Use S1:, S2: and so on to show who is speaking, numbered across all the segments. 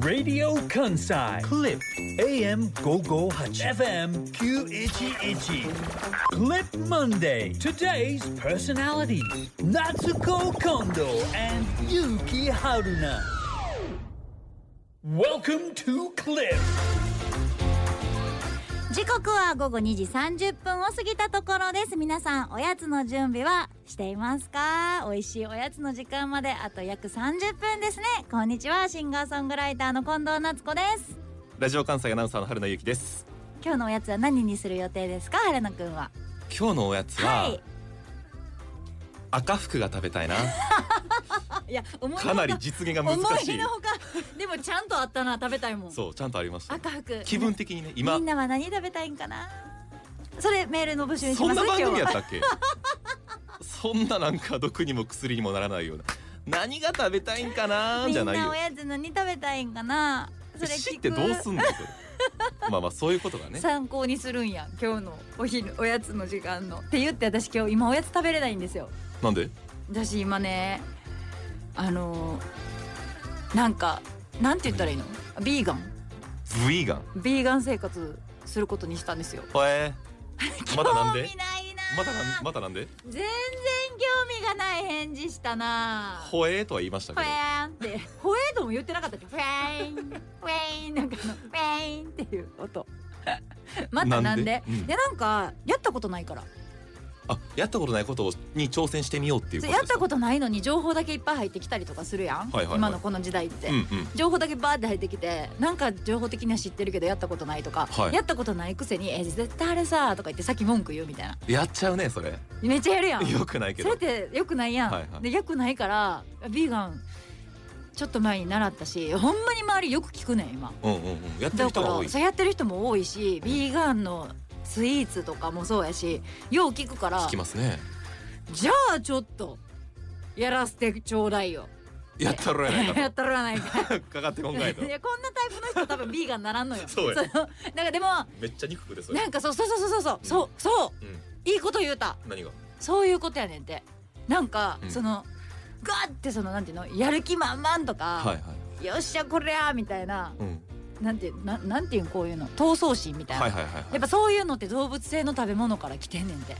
S1: Radio Kansai.
S2: Clip
S1: AM 558.
S2: FM
S1: Q Itchy. Clip Monday. Today's personality
S2: Natsuko Kondo and Yuki Haruna.
S1: Welcome to Clip.
S3: 時刻は午後2時30分を過ぎたところです皆さんおやつの準備はしていますか美味しいおやつの時間まであと約30分ですねこんにちはシンガーソングライターの近藤夏子です
S4: ラジオ関西アナウンサーの春名由紀です。
S3: 今日のおやつは何にする予定ですか春野くんは
S4: 今日のおやつは、
S3: はい
S4: 赤服が食べたいな。
S3: あいや思いのほ
S4: かなり実現 が難
S3: 思
S4: し
S3: い
S4: い
S3: の。ほかでもちゃんとあったな食べたいもん
S4: そうちゃんとありました。
S3: 赤服
S4: 気分的にね
S3: み
S4: 今
S3: んなは何食べたいんかなそれメールの募集にし
S4: そ
S3: ま
S4: ん
S3: す
S4: な番
S3: 今
S4: 組
S3: 日
S4: やっ
S3: は
S4: たっけ？ そんななんか毒にも薬にもならないような。何が食べたいんかな
S3: み
S4: じゃ
S3: ん
S4: ない
S3: な
S4: よ
S3: お。やつ何食べたいんかなそれ
S4: 知
S3: 聞
S4: っ
S3: く
S4: てどうすんのそれ。まあまあそういうことだね。
S3: 参考にするんや今日のお昼おやつの時間のって言って私今日今おやつ食べれないんですよ
S4: なんで？
S3: 私今ねあのなんかなんて言ったらいいのビーガン
S4: ブイガン。
S3: ビーガン生活することにしたんですよ
S4: ほえまだな
S3: 興
S4: んで
S3: 味？ないな
S4: まだなんまだなんで？
S3: 全然興味がない返事したなほ
S4: ほえとは言いましたけど。
S3: えーんってほえーとも言ってなかったっけほえーんほえーんなんかのほえーんっていう 音またなんで
S4: なんでうん
S3: いやなんかやったことないから
S4: あやったことないことをに挑戦してみようっていうこ
S3: そうや
S4: とですか。
S3: ったことないのに情報だけいっぱい入ってきたりとかするやん、
S4: はいはいはい
S3: 今のこの時代って、
S4: うんうん。
S3: 情報だけバーって入ってきてなんか情報的には知ってるけどやったことないとか、
S4: はい
S3: やったことないくせに「え絶対あれさ」とか言ってさっき文句言うみたいな
S4: やっちゃうねそれ。
S3: めっちゃやるやん
S4: よくないけ
S3: そ
S4: ど
S3: れっ。てよくないやん、
S4: はいはい
S3: でよくないからビーガンちょっと前に習ったしほんまに周りよく聞くねん今
S4: うんうんうん。やっ
S3: だ
S4: てる
S3: か
S4: 人が多い
S3: ら。そうやってる人も多いしビーガンのスイーツとかもそうやしよう聞くから
S4: 聞きますね。
S3: じゃあちょっとやらせてちょうだいよ
S4: やったろやない
S3: や
S4: か
S3: ったらないか
S4: と。かかってこんかい と
S3: い。やこんなタイプの人多分ビーガンならんのよ
S4: そうや
S3: のなんかでも
S4: めっちゃ憎くでそれ
S3: な。んかそうそうそうそうそうそうそう
S4: うん。
S3: いいこと言うた
S4: 何が？
S3: そういうことやねんってなんか、
S4: うん
S3: そのガーってそのなんていうのやる気満々と
S4: はい
S3: か、
S4: はい。
S3: よっしゃこりゃーみたいな
S4: うん。
S3: なんてななんていうのこういうの闘争心みたいな、
S4: はいはいはいは
S3: や
S4: い
S3: っ。ぱそういうのって動物性の食べ物から来てんねんて、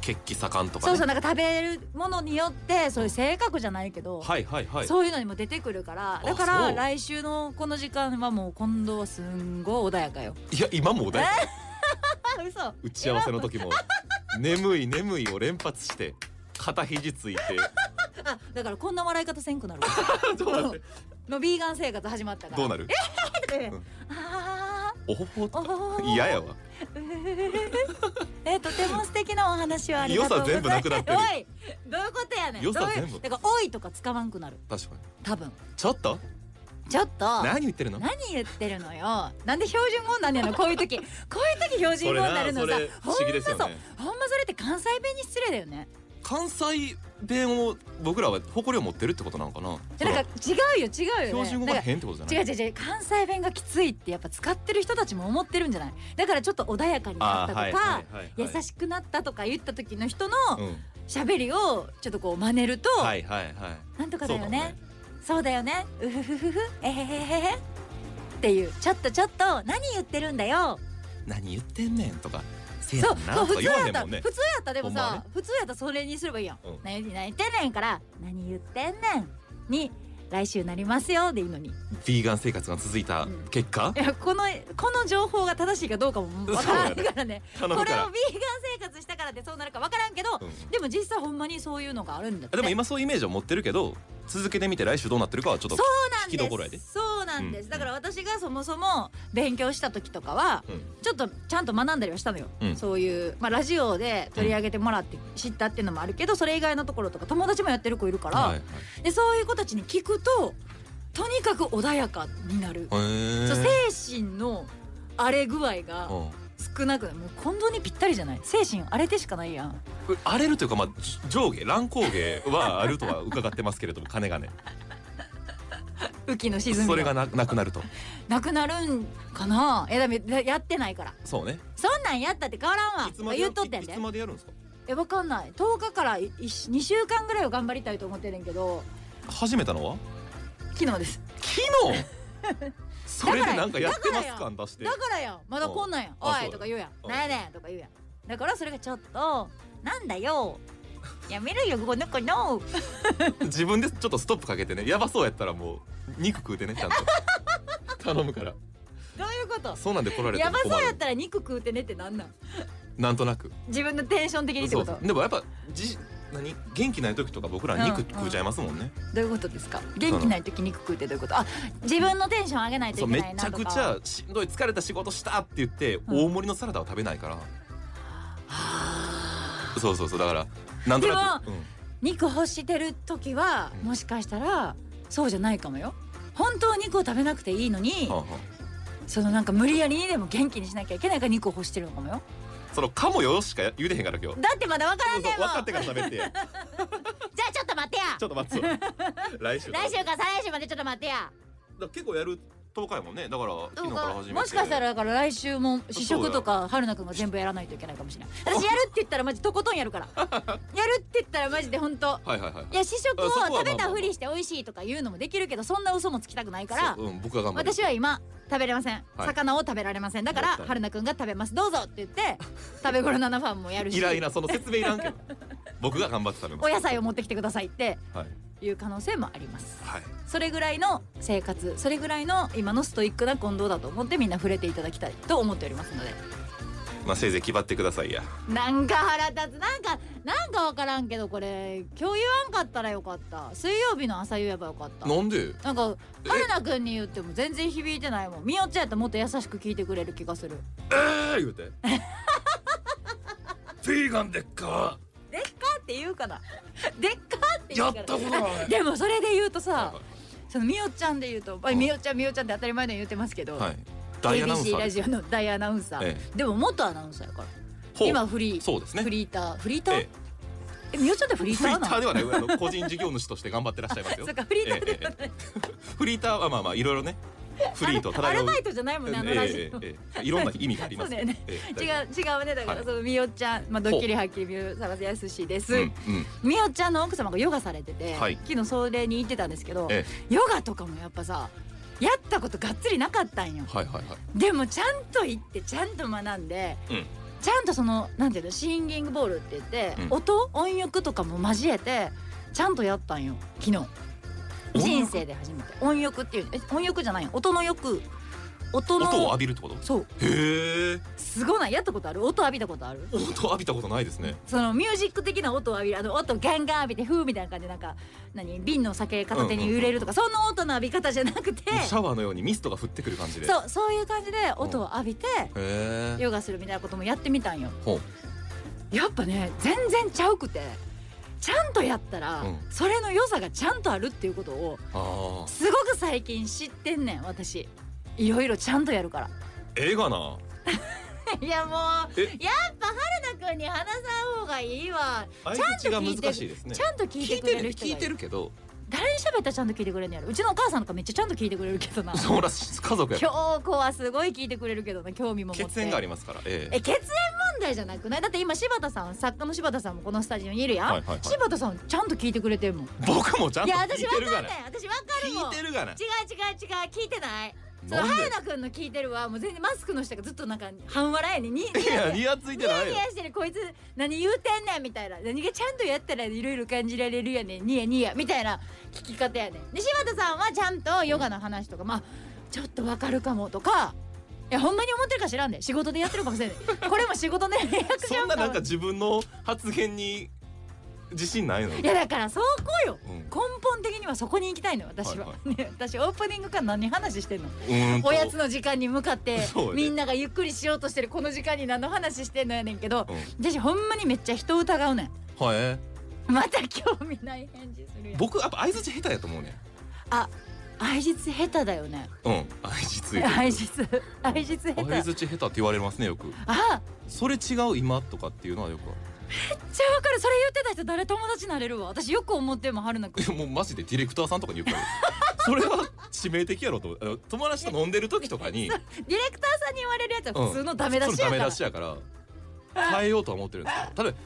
S4: 血気盛んとか
S3: そう
S4: ね。
S3: そうなんか食べるものによってそういう性格じゃないけど、
S4: はいはいはい。
S3: そういうのにも出てくるから
S4: あ
S3: だから
S4: そう
S3: 来週のこの時間はもう今度はすんごい穏や かよ
S4: いや今もお題。
S3: あ嘘
S4: 打ち合わせの時も眠い眠いを連発して肩肘つ いて。
S3: あだからこんな笑い方せんくなる
S4: どうなって
S3: のビーガン生活始まったから
S4: どうなる？
S3: え
S4: うん
S3: あ
S4: おほほ
S3: ー。おー
S4: 嫌やわ。
S3: え ーとても素敵なお話をありがとうございます
S4: 良さ全部なくなってる
S3: おいどういうことやねん
S4: 良さ
S3: どういう
S4: 全部
S3: だからおいとか使わんくなる
S4: 確かに。
S3: 多分
S4: ちょっと？
S3: ちょっと
S4: 何言ってるの？
S3: 何言ってるのよなんで標準語なんやのこういう時こういう時標準語になるのさ
S4: それな
S3: ほん
S4: それ
S3: ま
S4: 不思議ですよね
S3: そうほんまそれって関西弁に失礼だよね
S4: 関西弁を僕らは誇りを持ってるってことなのかな。
S3: じゃなんか違うよ違うよ、ね、
S4: 標準語
S3: だか
S4: が
S3: ら
S4: 変ってことじゃない
S3: 違う違う違う関西弁がきついってやっぱ使ってる人たちも思ってるんじゃないだからちょっと穏やかになったとか、優しくなったとか言った時の人の
S4: く、うん、
S3: 喋りをちょっとこう真似ると、
S4: はいはいはい
S3: なんとかだ
S4: そう
S3: よ
S4: か
S3: ね
S4: も
S3: そう
S4: ね
S3: だよねうふふふふえへへへへっていうちょっとちょっと何言ってるんだよ
S4: 何言ってんねんとかせや
S3: そう
S4: んな
S3: そう
S4: と
S3: 普
S4: か
S3: 通
S4: 言
S3: や
S4: わへ
S3: っ
S4: ん
S3: た、
S4: もんね
S3: 普通やったでも
S4: ほんま
S3: さ
S4: は、
S3: 普通やったらそれにすればいいやん、
S4: うん
S3: 何何言ってんねんから何言ってんねんに来週なりますよでいいのに
S4: ビーガン生活が続いた結果、
S3: いやこのこの情報が正しいかどうかもわからないからね
S4: 頼
S3: こ
S4: む
S3: れ
S4: か
S3: をビーガ
S4: ら
S3: ン生活したからってそうなるか分からんけど、
S4: うん
S3: でも実際ほんまにそういうのがあるんだって
S4: でも今そういうイメージを持ってるけど続けてみて来週どうなってるかはちょっと
S3: そ
S4: 聞きどころやで
S3: そうなんです、
S4: うん
S3: だから私がそもそも勉強した時とかは
S4: うん
S3: ちょっとちゃんと学んだりはしたのよ、
S4: うん
S3: そういう、まあ、ラジオで取り上げてもらって知ったっていうのもあるけどそれ以外のところとか友達もやってる子いるから、
S4: はいはい
S3: でそういう子たちに聞くととにかく穏やかになる、
S4: へー
S3: そう精神の荒れ具合が
S4: うん
S3: 少なくもう近藤にぴったりじゃない精神荒れてしかないやん
S4: これ荒れるというか、まあ、じ上下乱高下はあるとは伺ってますけれども金がね
S3: 雨季の沈み
S4: それが
S3: な
S4: ななくなると
S3: くなるんかなえだめだやってないから
S4: そうね
S3: そんなんやったって変わら
S4: いつ
S3: ん
S4: ま
S3: わ
S4: でや
S3: 言っとってん
S4: い
S3: で
S4: つまでやるんですか
S3: えわかんない10日からいいし2週間ぐらいは頑張りたいと思ってるんやけど
S4: 始めたのは
S3: 昨日です
S4: 昨日それでなんかやってます感出して
S3: だからやまだこんなんやん「
S4: あ
S3: お
S4: そう
S3: い」
S4: や
S3: とか言うやん「
S4: うん
S3: なんやねん」とか言うやんだからそれがちょっと「なんだよやめるよこの子の
S4: 自分でちょっとストップかけてねやばそうやったらもう肉食うてねちゃ んと頼むから
S3: どういうこと
S4: そうなんで来られて
S3: や
S4: も
S3: ばそう
S4: 困
S3: やっ
S4: る
S3: たら肉食うてねってなんなん
S4: なんとなく
S3: 自分のテンション的にって
S4: そ
S3: こ
S4: う
S3: と
S4: そうでもやっぱじ何元気ない時とか僕ら肉食うちゃいますもんね、
S3: どういうことですか元気ない時肉食うってどういうことあ自分のテンション上げないと
S4: そ
S3: いうけ
S4: め
S3: ない
S4: ち
S3: な
S4: ゃ
S3: とか
S4: くちゃしんどい疲れた仕事したって言って
S3: ん
S4: 大盛りのサラダを食べないから、そうそうそうだからなんとなく、うん
S3: 肉欲してる時は
S4: うん
S3: もしかしたらそうじゃないかもよ本当は肉を食べなくていいのに
S4: はんはん
S3: そのなんか無理やりにでも元気にしなきゃいけないから肉を欲してるのかもよ
S4: その「かもよ」しか言うてへんから今日。
S3: だってまだ分から
S4: そ
S3: ん
S4: う
S3: ね
S4: そ
S3: んも
S4: う分
S3: ん
S4: かってから食べてや
S3: じゃあちょっと待ってや
S4: ちょっと待つ わ来週
S3: 来週から再来週までちょっと待ってや
S4: だから結構やる10日やもんねだから
S3: ど
S4: 昨
S3: う
S4: 日から
S3: か
S4: 始めて
S3: もしかしたらだから来週も試食と
S4: そう
S3: か春菜くんが全部やらないといけないかもしれない私やるって言ったらマジとことんやるから やるって言ったらマジで本当
S4: はいはいはいはい
S3: いや試食を
S4: あそこはまあ
S3: 食べたふりして美味しいとか言うのもできるけどそんな嘘もつきたくないから
S4: そううん、僕が頑張る
S3: 私は今食べれません、
S4: はい
S3: 魚を食べられませんだから
S4: もったいない
S3: 春菜くんが食べますどうぞって言 って食べ頃7ファンもやるし
S4: イライラその説明い らんけど僕が頑張って食べます
S3: お野菜を持ってきてくださいって
S4: はい、
S3: いう可能性もあります
S4: はい、
S3: それぐらいの生活それぐらいの今のストイックな近藤だと思ってみんな触れていただきたいと思っておりますので
S4: まあせいぜい気張ってくださいや
S3: なんか腹立つなんかなんか分からんけどこれ今日言わんかったらよかった水曜日の朝言えばよかった
S4: なんで
S3: なんか春菜くんに言っても全然響いてないもんみよちゃんやったらもっと優しく聞いてくれる気がする
S4: えー、言う てヴィーガンでっか
S3: でっかって言うか なでっかって言
S4: や
S3: う
S4: っ
S3: から
S4: たこと ない
S3: でもそれで言うとさ
S4: は、
S3: そのみよちゃんで言うと、まあ
S4: うん
S3: みよちゃんみよちゃんって当たり前のように言ってますけど、
S4: い、はい、ダイアナウンサ
S3: ABC
S4: ー
S3: ラ
S4: です
S3: ジオの大アナウンサー、
S4: え
S3: でも元アナウンサーやから
S4: ほう
S3: 今フリー
S4: そうですね
S3: フリーターフリーター、
S4: え
S3: えみよちゃんってフリ
S4: え
S3: ー
S4: フ
S3: タ
S4: リ
S3: ー
S4: ータ
S3: な
S4: ー
S3: の
S4: ではないあの個人事業主として頑張ってらっしゃいます よ
S3: そっかフリーターではない、
S4: ええええ フリーターはまあまあいろいろねフリーと
S3: ア
S4: 漂
S3: ル
S4: う
S3: バイトじゃないもんねあのラジオ、
S4: ええええええいろんな意味がありま す
S3: そうだよね
S4: ええ
S3: 違う違うねだから、
S4: はい
S3: そのみよちゃんまあドッキリはっきりみよさらせやすしです、
S4: うんうん
S3: みよちゃんの奥様がヨガされてて、
S4: はい
S3: 昨日それに行ってたんですけど、
S4: え
S3: ヨガとかもやっぱさやったことがっつりなかったんよ
S4: はいはいはい
S3: でもちゃんと行ってちゃんと学んで、
S4: うん
S3: ちゃんとそのなんていうのシンギングボールって言って、
S4: うん
S3: 音音域とかも交えてちゃんとやったんよ昨日
S4: 音
S3: 人
S4: 浴
S3: 生で初めて音域っていうえ音域じゃないよ音の欲音の
S4: 音を浴びるってこと
S3: そう
S4: へえ
S3: すごないやったことある音浴びたことある
S4: 音を浴びたことないですね
S3: そのミュージック的な音を浴びるあの音ガンガン浴びてフーみたいな感じでなんか何瓶の酒片手に揺れるとか、その音の浴び方じゃなくて
S4: もうシャワーのようにミストが降ってくる感じでへ
S3: そうそういう感じで音を浴びて
S4: え
S3: ヨガするみたいなこともやってみたんよ
S4: ほう
S3: やっぱね全然ちゃうくてちゃんとやったら、
S4: うん
S3: それの良さがちゃんとあるっていうことを
S4: ああ
S3: すごく最近知ってんねん私いろいろちゃんとやるから
S4: 映画な
S3: いやもう
S4: え
S3: やっぱ春菜くんに話さん方がいいわ
S4: 相槌が
S3: 聞い
S4: 難
S3: て
S4: しいですね
S3: ちゃんと聞いてくれる人がい
S4: 聞
S3: る
S4: いてるけど
S3: 誰に喋ったらちゃんと聞いてくれるんのやろうちのお母さんとかめっちゃちゃんと聞いてくれるけどな今
S4: そうらしいです家族や
S3: 日子はすごい聞いてくれるけどな興味も持って
S4: 血縁がありますからええ
S3: え血縁問題じゃなくないだって今柴田さん作家の柴田さんもこのスタジオにいるやん、
S4: はいはいはい
S3: 柴田さんちゃんと聞いてくれてんもん
S4: 僕もちゃん
S3: い
S4: と
S3: や
S4: 聞
S3: 私
S4: い
S3: わかん
S4: てる
S3: な
S4: が
S3: い
S4: な
S3: 私わかるもん
S4: 聞いてるがな
S3: 違う違う違う聞いてないその
S4: なんで
S3: 原田くんの聞いてるはもう全然マスクの下がずっとなんか半笑いににに
S4: いやニヤつい
S3: ニ
S4: てな
S3: ヤ
S4: い
S3: ニ
S4: よ
S3: ヤしてるこいつ何言うてんねんみたいな何がちゃんとやったらいろいろ感じられるやねんニヤニヤみたいな聞き方やねんで柴田さんはちゃんとヨガの話とかまあちょっとわかるかもとかいやほんまに思ってるか知らんで仕事でやってるかも しれないこれも仕事のリアクショ
S4: そん
S3: ン
S4: な
S3: か
S4: なん
S3: も
S4: か自分の発言に自信ないの
S3: いやだからそこよ
S4: うん
S3: 根本的にはそこに行きたいのよ私は、
S4: はい
S3: ね私オープニングから何話してんの
S4: うーんと
S3: おやつの時間に向かって、
S4: そうね
S3: みんながゆっくりしようとしてるこの時間に何の話してんのやねんけど、
S4: う
S3: 私ほんまにめっちゃ人を疑うねん
S4: はい
S3: また興味ない返事するやん
S4: 僕やっぱ相槌下手やと思うね
S3: あ愛実下手だよね
S4: うん相実
S3: 愛実愛実下手
S4: 相づち下手って言われますねよく
S3: あ
S4: それ違う今とかっていうのはよくあ
S3: じゃあ分かるそれ言ってた人誰友達になれるわ私よく思っても春菜くん
S4: るもうマジでディレクターさんとか に言うからそれは致命的やろと思うあの友達と飲んでる時と かに
S3: ディレクターさんに言われるやつは普通のダメ出しやか
S4: それダ
S3: ら、
S4: メ出しやから変えようとは思ってるんですけど例えば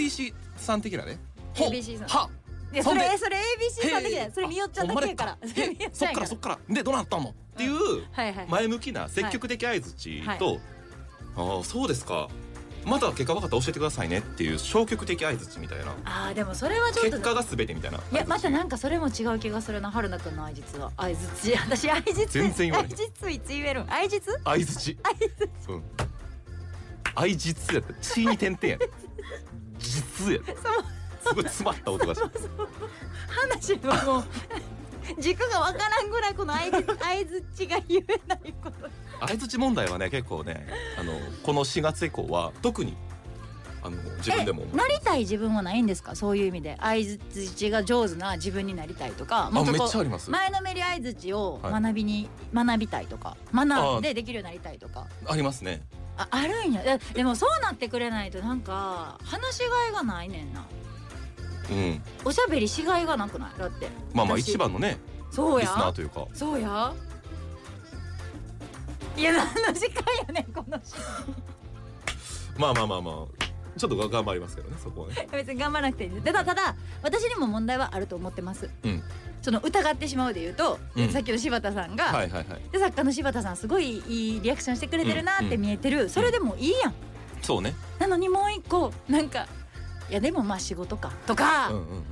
S4: ABC さん的なねほ
S3: ABC さん
S4: はい
S3: や
S4: そ
S3: そ
S4: んで
S3: れそれ ABC さん的だ
S4: へ
S3: よ
S4: ー
S3: それみよっちゃんだけやから
S4: あほん ま
S3: それ
S4: で
S3: みよ
S4: へ
S3: っち
S4: そ
S3: ゃん
S4: っ
S3: や
S4: からそっからでどうなったのっていう
S3: はいはい
S4: 前向きな積極的相づちと、ああそうですかまた結果分かったら教えてくださいねっていう消極的相づちみたいな
S3: あーでもそれはちょっと
S4: 結果が全てみたいない
S3: やまたなんかそれも違う気がするな春菜くんの愛実は愛実私愛実
S4: 全然言わない
S3: 愛実いつ言えるん愛実
S4: 相づちうん相実やった血に点々やった実 やったすごい詰まった音がした
S3: 話はもう軸がわからんぐらいこの愛実愛実が言えないこと
S4: 相づち問題はね結構ねあのこの4月以降は特にあの自分でも思う
S3: なりたい自分はないんですかそういう意味で相づちが上手な自分になりたいとかも
S4: あ
S3: っと
S4: めっ
S3: こ
S4: ちゃあ
S3: う
S4: ります、
S3: 前のめり相づちを
S4: はい
S3: 学びに、学びたいとか学んでできるようになりたいとか
S4: ありますね
S3: ああるんやえでもそうなってくれないとなんか話しがいがないねんな
S4: うん
S3: おしゃべりしがいがなくないだって
S4: まあまあ
S3: 私
S4: 一番のね
S3: そう
S4: リスナー
S3: や
S4: というか
S3: そうやいや何の時間やねんこの時間
S4: まあまあまあまあちょっとが頑張りますけどねそこはね
S3: 別に頑張らなくていいですただただ私にも問題はあると思ってます、
S4: うん
S3: その疑ってしまうで言うと、
S4: うん
S3: さっきの柴田さんが、
S4: はいはいはい
S3: で作家の柴田さんすごいいいリアクションしてくれてるなっ
S4: うんう
S3: て
S4: ん
S3: 見えてる、それでもいいやん
S4: そうね
S3: なのにもう一個なんかいやでもまあ仕事かとか、
S4: うんうん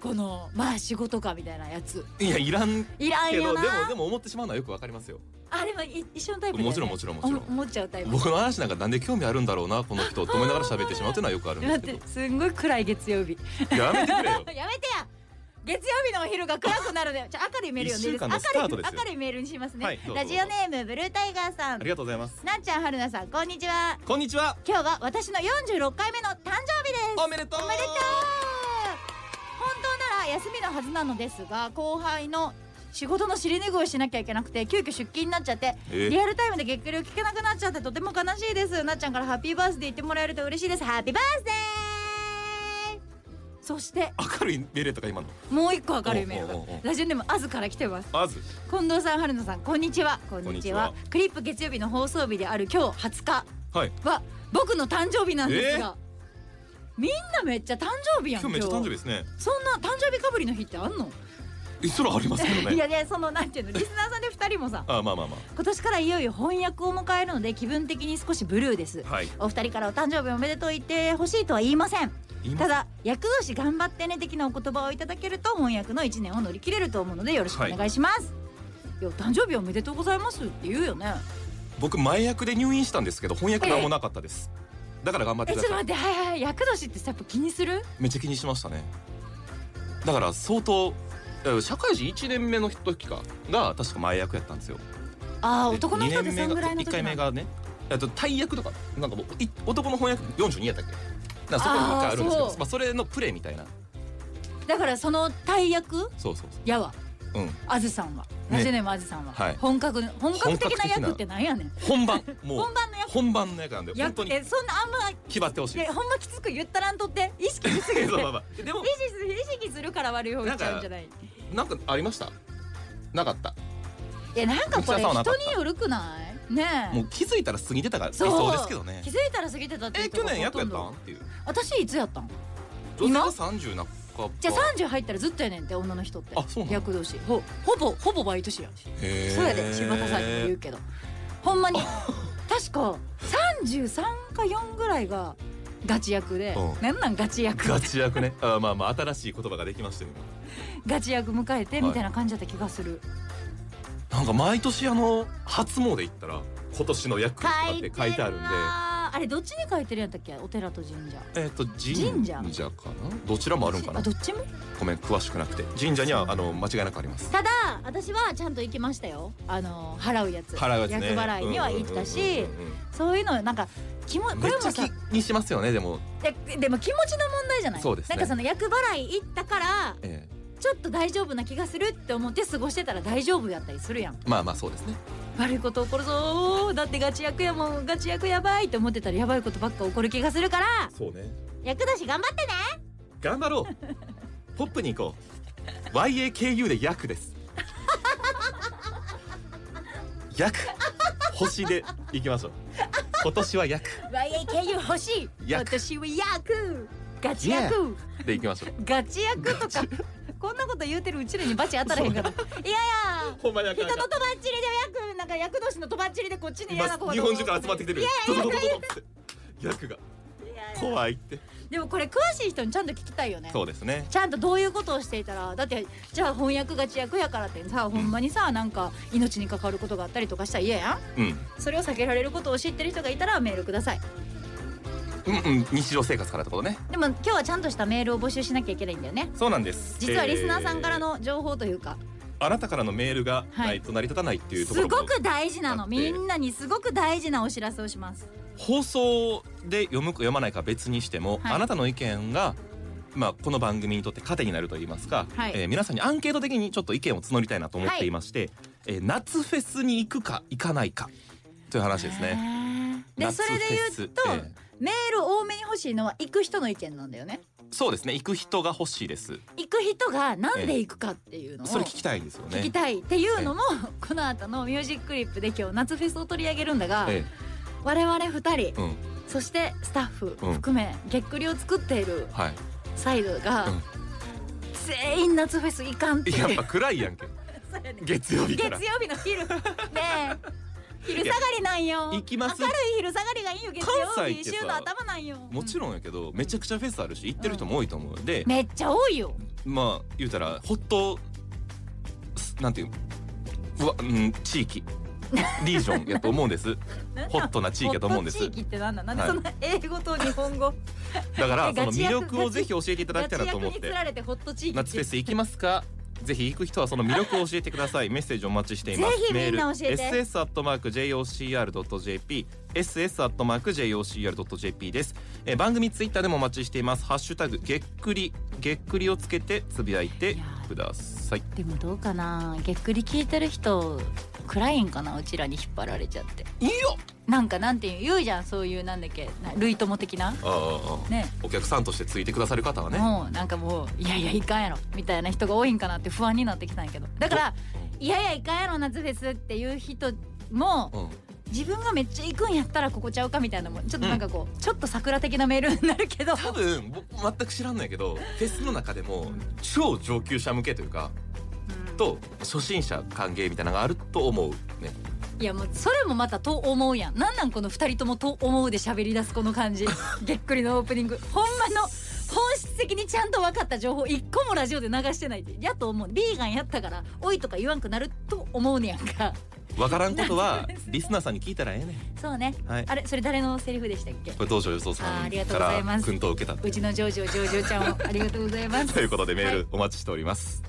S3: このまあ仕事かみたいなやつ
S4: うんいやいらん
S3: いらん
S4: け
S3: よ
S4: どで
S3: な
S4: もでも思ってしまうのはよくわかりますよ
S3: あれもい一緒のタイプだよね
S4: もちろんもちろんもちろん
S3: お思っちゃうタイプ
S4: 僕の話なんかなんで興味あるんだろうなこの人と思いながら喋ってしまうというのはよくあるんで
S3: だっ
S4: す け
S3: てすんごい暗い月曜日
S4: どやめてくれよ
S3: やめてや月曜日のお昼が暗くな るのよじゃあ明るいメール読んでいいですか
S4: 一週間のスタートですよ
S3: 明るい明るいメールにしますね、
S4: はいどうぞ
S3: ラジオネームブルータイガーさ
S4: あ
S3: ん
S4: りがとうございます
S3: なっちゃんはるなさんこんにちは
S4: こんにちは
S3: 今日は私の46回目の誕生日です
S4: おめでとう
S3: おめでとう本当なら休みのはずなのですが後輩の仕事の尻拭いをしなきゃいけなくて急遽出勤になっちゃって
S4: え
S3: リアルタイムで月経を聞けなくなっちゃってとても悲しいですなっちゃんからハッピーバースデー言ってもらえると嬉しいですハッピーバースデーそして
S4: 明るいメールとか今の
S3: もう一個明るいメールが
S4: おうおうおう
S3: ラジオネームあずから来てます
S4: まず
S3: 近藤さん春菜さんこんにちはこん
S4: に
S3: に
S4: ち
S3: ち
S4: は
S3: はクリップ月曜日の放送日である今日20日
S4: はい
S3: は僕の誕生日なんですが、みんなめっちゃ誕生日やん
S4: 今日
S3: 今
S4: めっ
S3: 日
S4: ちゃ誕生日ですね
S3: そんな誕生日かぶりの日ってあんの、
S4: えそれはありますけど
S3: い
S4: ね
S3: やねそのなんていうのリスナーさんで2人もさ
S4: あまあまあま
S3: 今年からいよいよ翻訳を迎えるので気分的に少しブルーです
S4: あはい
S3: お二人からお誕生日おめでとう言ってほしいとは言いません
S4: 言いま
S3: た
S4: す
S3: だ役同士頑張ってね的なお言葉をいただけると翻訳の1年を乗り切れると思うのでよろしくお願いします、い、やお誕生日おめでとうございますって言うよね
S4: 僕前役で入院したんですけど翻訳何もなかったですだから頑張って
S3: え
S4: く
S3: ちょ
S4: だ
S3: っと
S4: さ
S3: 待
S4: い
S3: ってはいはいはい役年ってさやっぱ気にする
S4: めっちゃ気にしましたねだから相当え社会人1年目の時かが確か前役やったんですよ
S3: ああ
S4: で
S3: 男の人ってそんぐらいの
S4: 二年目が一
S3: 時
S4: 回
S3: な
S4: 目
S3: んだ
S4: がねあと大役とかなんかもうい男の翻訳42やったっけだからそこにもう一回あるんです
S3: あ
S4: け
S3: ー
S4: ど
S3: そう
S4: まあ、それのプレイみたいな
S3: だからその大役
S4: そうそうそ
S3: やわ
S4: ううん
S3: あずさんは
S4: ね
S3: ラジオネームあずさんは、
S4: はい
S3: 本格の本格的な
S4: 本格的な
S3: 役ってなんやねん
S4: 本番もう
S3: 本番の役
S4: 本番の役なんで本
S3: 役
S4: 当
S3: っ
S4: に
S3: てそんなあんま
S4: 気張ってほしい
S3: いやほんまきつく言ったらんとって意識しすぎて意
S4: そ
S3: 識
S4: うまあまあで
S3: す
S4: も
S3: 意識するから悪い方言っちゃうんじゃない
S4: なんかありましたなかった
S3: いやなんかこれ
S4: 藤田さんはなか
S3: 人
S4: った
S3: によるくないねえ
S4: もう気づいたら過ぎてたから理
S3: そう
S4: 想ですけどね
S3: 気づいたら過ぎてたって
S4: え
S3: 言った
S4: 去
S3: ら
S4: 年役やった
S3: ほ
S4: ん
S3: と
S4: っ
S3: ん
S4: ていう
S3: ど私いつやったん
S4: 女性
S3: 今
S4: が三十半ば
S3: じゃあ30入ったらずっとやねんって女の人って
S4: あそうなの
S3: 役同士ほほぼほぼバイトしやし
S4: へー
S3: そうやで柴田さんにも言うけどほんまに 確か33か4ぐらいがガチ役で、
S4: うん
S3: なんなんガチ役
S4: ガチ役ねあまあまあ新しい言葉ができましたよ
S3: ガチ役迎えて
S4: はい
S3: みたいな感じだった気がする、
S4: 今なんか毎年あの初詣行ったら今年の役とかって書いてあるんで
S3: わあれどっちに書いてるんやったっけお寺と神社
S4: えっと
S3: 神
S4: 神
S3: 社
S4: 社かなどちらもあるんかな
S3: どっちも
S4: ごめん詳しくなくて神社にはあの間違いなくあります
S3: ただ私はちゃんと行きましたよあの払うやつ
S4: 払うやつね
S3: 厄払いには行ったし、
S4: うんうんうんうん
S3: そういうのなんか気もこ
S4: めっ
S3: れ
S4: ちゃ
S3: もさ
S4: 気にしますよねでも
S3: ででも気持ちの問題じゃない
S4: そうですね
S3: なんかその厄払い行ったから
S4: ええ
S3: ちょっと大丈夫な気がするって思って過ごしてたら大丈夫やったりするやん
S4: まあまあそうですね
S3: 悪いこと起こるぞーだってガチ役やもんガチ役やばいって思ってたらやばいことばっか起こる気がするから
S4: そうね
S3: 役年頑張ってね
S4: 頑張ろうポップに行こう YAKU でヤクですヤク星で行きましょう今年はヤク
S3: YAKU 欲しい
S4: 役
S3: 私は役ガチ役、
S4: で行きましょう
S3: ガチ役とかこんなこと言うてるうちらにバチ当たらへん からいやいや
S4: ほんまにあか
S3: 人
S4: ん
S3: の
S4: あ
S3: と
S4: か
S3: ば
S4: ん
S3: っちりで役なんか役年のとばっちりでこっちに嫌な
S4: 今日本中から集まってきてる
S3: いや
S4: ドドドドドドってヤクが
S3: いやいや
S4: 怖いって
S3: でもこれ詳しい人にちゃんと聞きたいよね
S4: そうですね
S3: ちゃんとどういうことをしていたらだってじゃあ翻訳が知役やからってさほんまにさなんか命に関わることがあったりとかしたら嫌やん
S4: うん
S3: それを避けられることを知ってる人がいたらメールください
S4: うんうん日常生活からってことね
S3: でも今日はちゃんとしたメールを募集しなきゃいけないんだよね
S4: そうなんです
S3: 実はリスナーさんから
S4: えー
S3: の情報というか、
S4: あなたからのメールが
S3: はい
S4: ないと成り立たないっていうとこ
S3: す
S4: ろも
S3: ごく大事な
S4: あ
S3: の
S4: って
S3: みんなにすごく大事なお知らせをします
S4: 放送で読むか読まないか別にしても、
S3: はい
S4: あなたの意見が、まあ、この番組にとって糧になるといいますか、
S3: はい
S4: えー皆さんにアンケート的にちょっと意見を募りたいなと思っていまして、えー夏フェスに行くか行かないかという話ですね。
S3: へーで
S4: 夏
S3: それで
S4: フ
S3: 言う
S4: ェ
S3: と、
S4: スえ
S3: メール多めに欲しいのは行く人の意見なんだよね
S4: ーそうですね行く人が欲しいです。
S3: 行く人がなんで行くかっていうのを、
S4: それ聞きたいですよ
S3: 聞き
S4: ね。
S3: たいっていうのも、この後のミュージックリップで今日夏フェスを取り上げるんだが、
S4: え
S3: 我々2人
S4: え、うん
S3: そしてスタッフ
S4: うん
S3: 含め、げっくりを作っている
S4: はい。
S3: サイドが、
S4: うん
S3: 全員夏フェス行かんっていう
S4: やっぱ暗いやんけ
S3: そうやね
S4: 月曜日
S3: 月曜
S4: から。
S3: 日の 昼ねえ昼下がりなんよ
S4: 行きます
S3: 明るい昼下がりがいいよ月
S4: 関
S3: 曜
S4: 西っ
S3: 日
S4: てさ
S3: 週の頭なんよ
S4: もちろんやけどめちゃくちゃフェスあるし行ってる人も多いと思うんで、
S3: めっちゃ多いよ
S4: まあ言うたらホットすなんていううわ、うん、地域リージョンやと思うんです ホットな地域やと思うんです
S3: ホット地域ってなんだなんで
S4: はい
S3: そんな英語と日本語
S4: だから
S3: え
S4: そ の
S3: ガチ
S4: 魅
S3: 役
S4: 力をぜひ教えていただき
S3: ガ
S4: た
S3: チ
S4: いな
S3: 役
S4: と思っ
S3: につ
S4: て
S3: られてホット地域
S4: 夏フェス行きますかぜひ行く人はその魅力を教えてくださいメッセージお待ちしています
S3: ぜひみんな教えて
S4: メール ss at mark jocr.jp ss at mark jocr.jp ですえー番組ツイッターでもお待ちしていますハッシュタグげっくりげっくりをつけてつぶやいてください
S3: でもどうかなげっくり聞いてる人暗いんかなうちらに引っ張られちゃって
S4: いいよ
S3: なんかなんていう言うじゃんそういうなんだっけな類友的な
S4: ああああ
S3: ね
S4: お客さんとしてついてくださる方はね
S3: もうなんかもういやいやいかんやろみたいな人が多いんかなって不安になってきたんやけどだからいやいやいかんやろ夏フェスっていう人も
S4: うん、
S3: 自分がめっちゃ行くんやったらここちゃうかみたいなのもちょっとなんかこう、ちょっと桜的なメールになるけど
S4: 多分僕全く知らんのやけどフェスの中でも超上級者向けというかと初心者歓迎みたいなのがあると思うね
S3: いやもうそれもまたと思うやんなんなんこの2人とも「と思う」で喋り出すこの 感じげっくりのオープニングほんまの本質的にちゃんと分かった情報一個もラジオで流してないってやと思うビーガンやったから「おい」とか言わんくなると思うねやんか
S4: わからんこ とは
S3: そうですね
S4: リスナーさんに聞いたらええね
S3: そうね
S4: んはい
S3: あれそれ誰のセリフでしたっけ
S4: これ道場予想
S3: あー
S4: さ
S3: あ
S4: ん
S3: りがと
S4: か
S3: うござい
S4: ら
S3: ます
S4: 薫陶を受けたって
S3: うちのジョージョジョージョちゃんをありがとうございます
S4: ということでメー
S3: は
S4: ルお待ちしております、